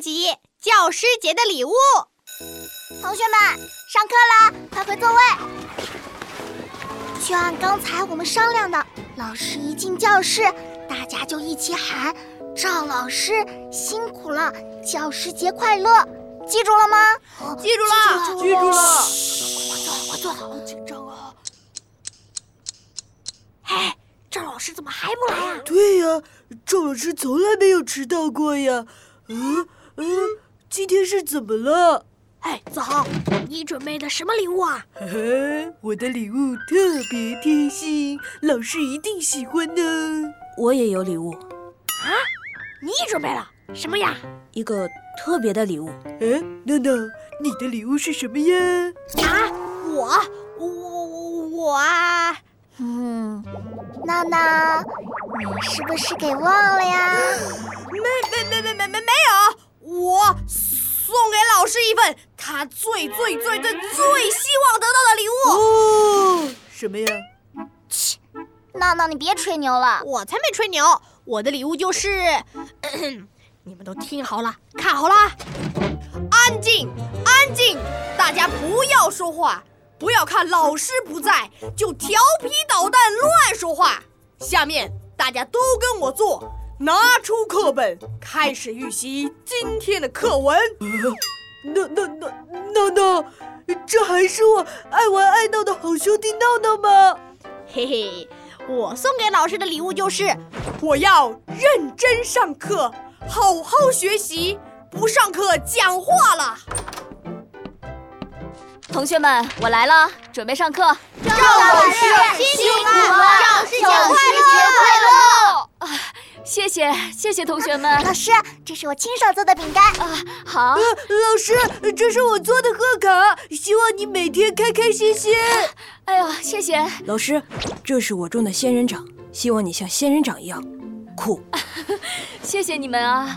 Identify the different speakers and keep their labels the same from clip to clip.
Speaker 1: 集《教师节的礼物》。
Speaker 2: 同学们，上课啦，快回座位。就按刚才我们商量的，老师一进教室，大家就一起喊：“赵老师辛苦了，教师节快乐！”记住了吗？
Speaker 1: 记住了，
Speaker 3: 记住了。
Speaker 2: 我坐，我坐，好紧张啊！哎，赵老师怎么还不来啊？
Speaker 3: 对呀、赵老师从来没有迟到过呀。嗯嗯，今天是怎么了？
Speaker 2: 哎，子豪，你准备的什么礼物啊？
Speaker 3: 嘿嘿，我的礼物特别贴心，老师一定喜欢呢。
Speaker 4: 我也有礼物，
Speaker 2: 你准备了什么呀？
Speaker 4: 一个特别的礼物。
Speaker 3: 哎，娜娜，你的礼物是什么呀？
Speaker 1: 啊，我我我我啊，
Speaker 2: 嗯，娜娜，你是不是给忘了呀？
Speaker 1: 没没没没没没没有，我送给老师一份他最最最最最希望得到的礼物。
Speaker 3: 哦，什么呀？
Speaker 2: 娜娜，你别吹牛了。
Speaker 1: 我才没吹牛，我的礼物就是， 咳咳你们都听好了，看好了啊，安静，安静，大家不要说话，不要看老师不在就调皮捣蛋乱说话。下面大家都跟我做，拿出课本，开始预习今天的课文。
Speaker 3: 呃娜娜娜娜娜，这还是我爱玩爱闹的好兄弟闹闹吗？
Speaker 1: 嘿嘿，我送给老师的礼物就是，我要认真上课，好好学习，不上课讲话了。
Speaker 5: 同学们，我来了，准备上课。
Speaker 1: 赵老师
Speaker 2: 辛苦了
Speaker 1: 教师
Speaker 2: 节快
Speaker 5: 乐！谢谢谢谢同学们
Speaker 2: 老师，这是我亲手做的饼干。
Speaker 5: 啊，好，
Speaker 3: 老师，这是我做的贺卡，希望你每天开开心心。
Speaker 5: 哎呦，谢谢。
Speaker 4: 老师，这是我种的仙人掌，希望你像仙人掌一样酷。
Speaker 5: 谢谢你们啊！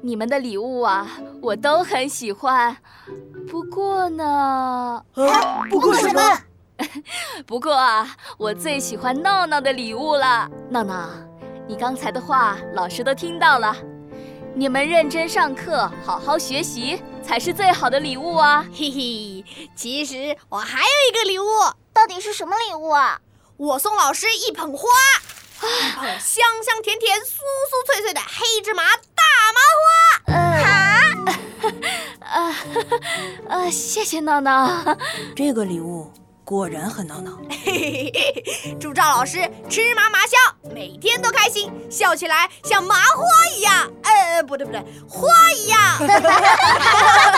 Speaker 5: 你们的礼物啊，我都很喜欢。不过呢，
Speaker 3: 啊，不过什么？？
Speaker 5: 不过啊，我最喜欢闹闹的礼物了。闹闹，你刚才的话老师都听到了。你们认真上课，好好学习，才是最好的礼物啊！
Speaker 1: 嘿嘿，其实我还有一个礼物，
Speaker 2: 到底是什么礼物啊？
Speaker 1: 我送老师一捧花，一捧香香甜甜、酥酥脆脆的黑芝麻大
Speaker 5: 啊，呃，谢谢闹闹。
Speaker 4: 这个礼物果然很闹闹。
Speaker 1: 麻。嘿嘿嘿，祝赵老师吃嘛嘛香，每天都开心，笑起来像麻花一样，呃，不对不对，花一样。